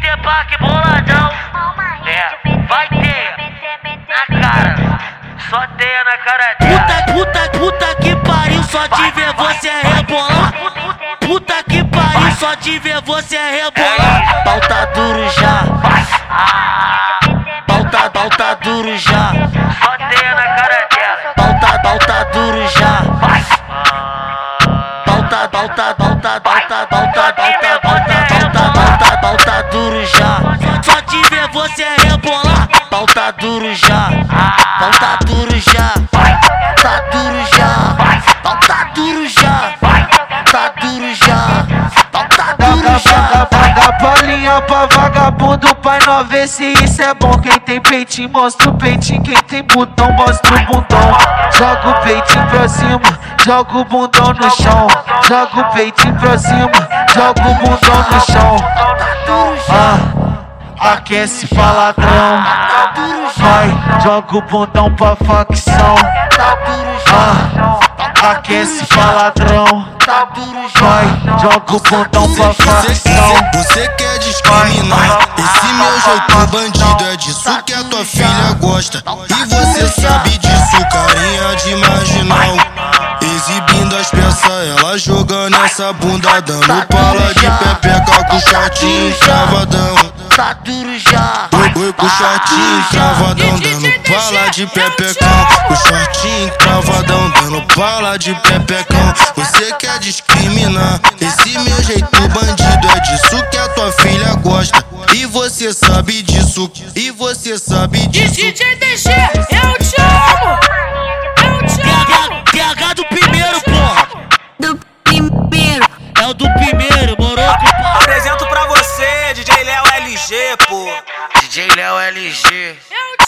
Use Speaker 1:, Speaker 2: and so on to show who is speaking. Speaker 1: ter parque Tipo boladão. É, vai ter. Na cara. Só teia na cara dela.
Speaker 2: Puta, puta, puta que pariu, só de ver você é rebolar. Puta que pariu, só de ver você é rebolar. Pau tá duro já.
Speaker 1: Ah,
Speaker 2: Pau tá, pau tá duro já.
Speaker 1: Só teia na cara dela.
Speaker 2: Pau tá, pau tá duro já.
Speaker 1: Ah,
Speaker 2: Pau tá, pau tá, pau tá, pau tá, pau tá, pau tá, pau tá, pau tá, pau tá, pau tá duro já. Só de ver você é rebolar. Pau tá duro já. Pau tá duro já. Tá duro já. Pau tá duro já. Tá duro já. Pau tá
Speaker 3: Dá,
Speaker 2: duro
Speaker 3: dá, dá,
Speaker 2: já.
Speaker 3: dá, dá bolinha pra vagabundo, pai não vê se isso é bom. Quem tem peitinho, mostra o peitinho. Quem tem botão, mostra o bundão. Joga o peitinho pra cima, joga o bundão no chão. Joga o peitinho pra cima, joga o bundão no chão.
Speaker 2: Tá
Speaker 3: Ah, aquece pra ladrão. Vai, joga o bundão pra facção.
Speaker 2: Tá duro
Speaker 3: Ah, aquece pra ladrão.
Speaker 2: Tá duro
Speaker 3: Vai, joga o bundão pra facção.
Speaker 4: Você quer discriminar Esse meu jeito bandido É disso que a tua filha gosta E você sabe disso Carinha de marginal Exibindo as peças Ela jogando essa bunda Dando pala de pepeca Com shortinho escravadão
Speaker 2: Tá duro já.
Speaker 4: Oi, oi, com shortinho escravadão Dando pala de pepecão Com shortinho escravadão Dando pala de pepecão Você quer discriminar Esse meu jeito bandido É disso que a tua filha gosta E você sabe disso E você sabe disso
Speaker 5: DJ DG, eu te amo! Eu te amo!
Speaker 2: PH do primeiro, porra.
Speaker 6: do primeiro.
Speaker 2: É o do primeiro, moro, compadre.
Speaker 7: Apresento pra você, DJ Léo LG, pô.
Speaker 1: DJ Léo LG.
Speaker 5: Eu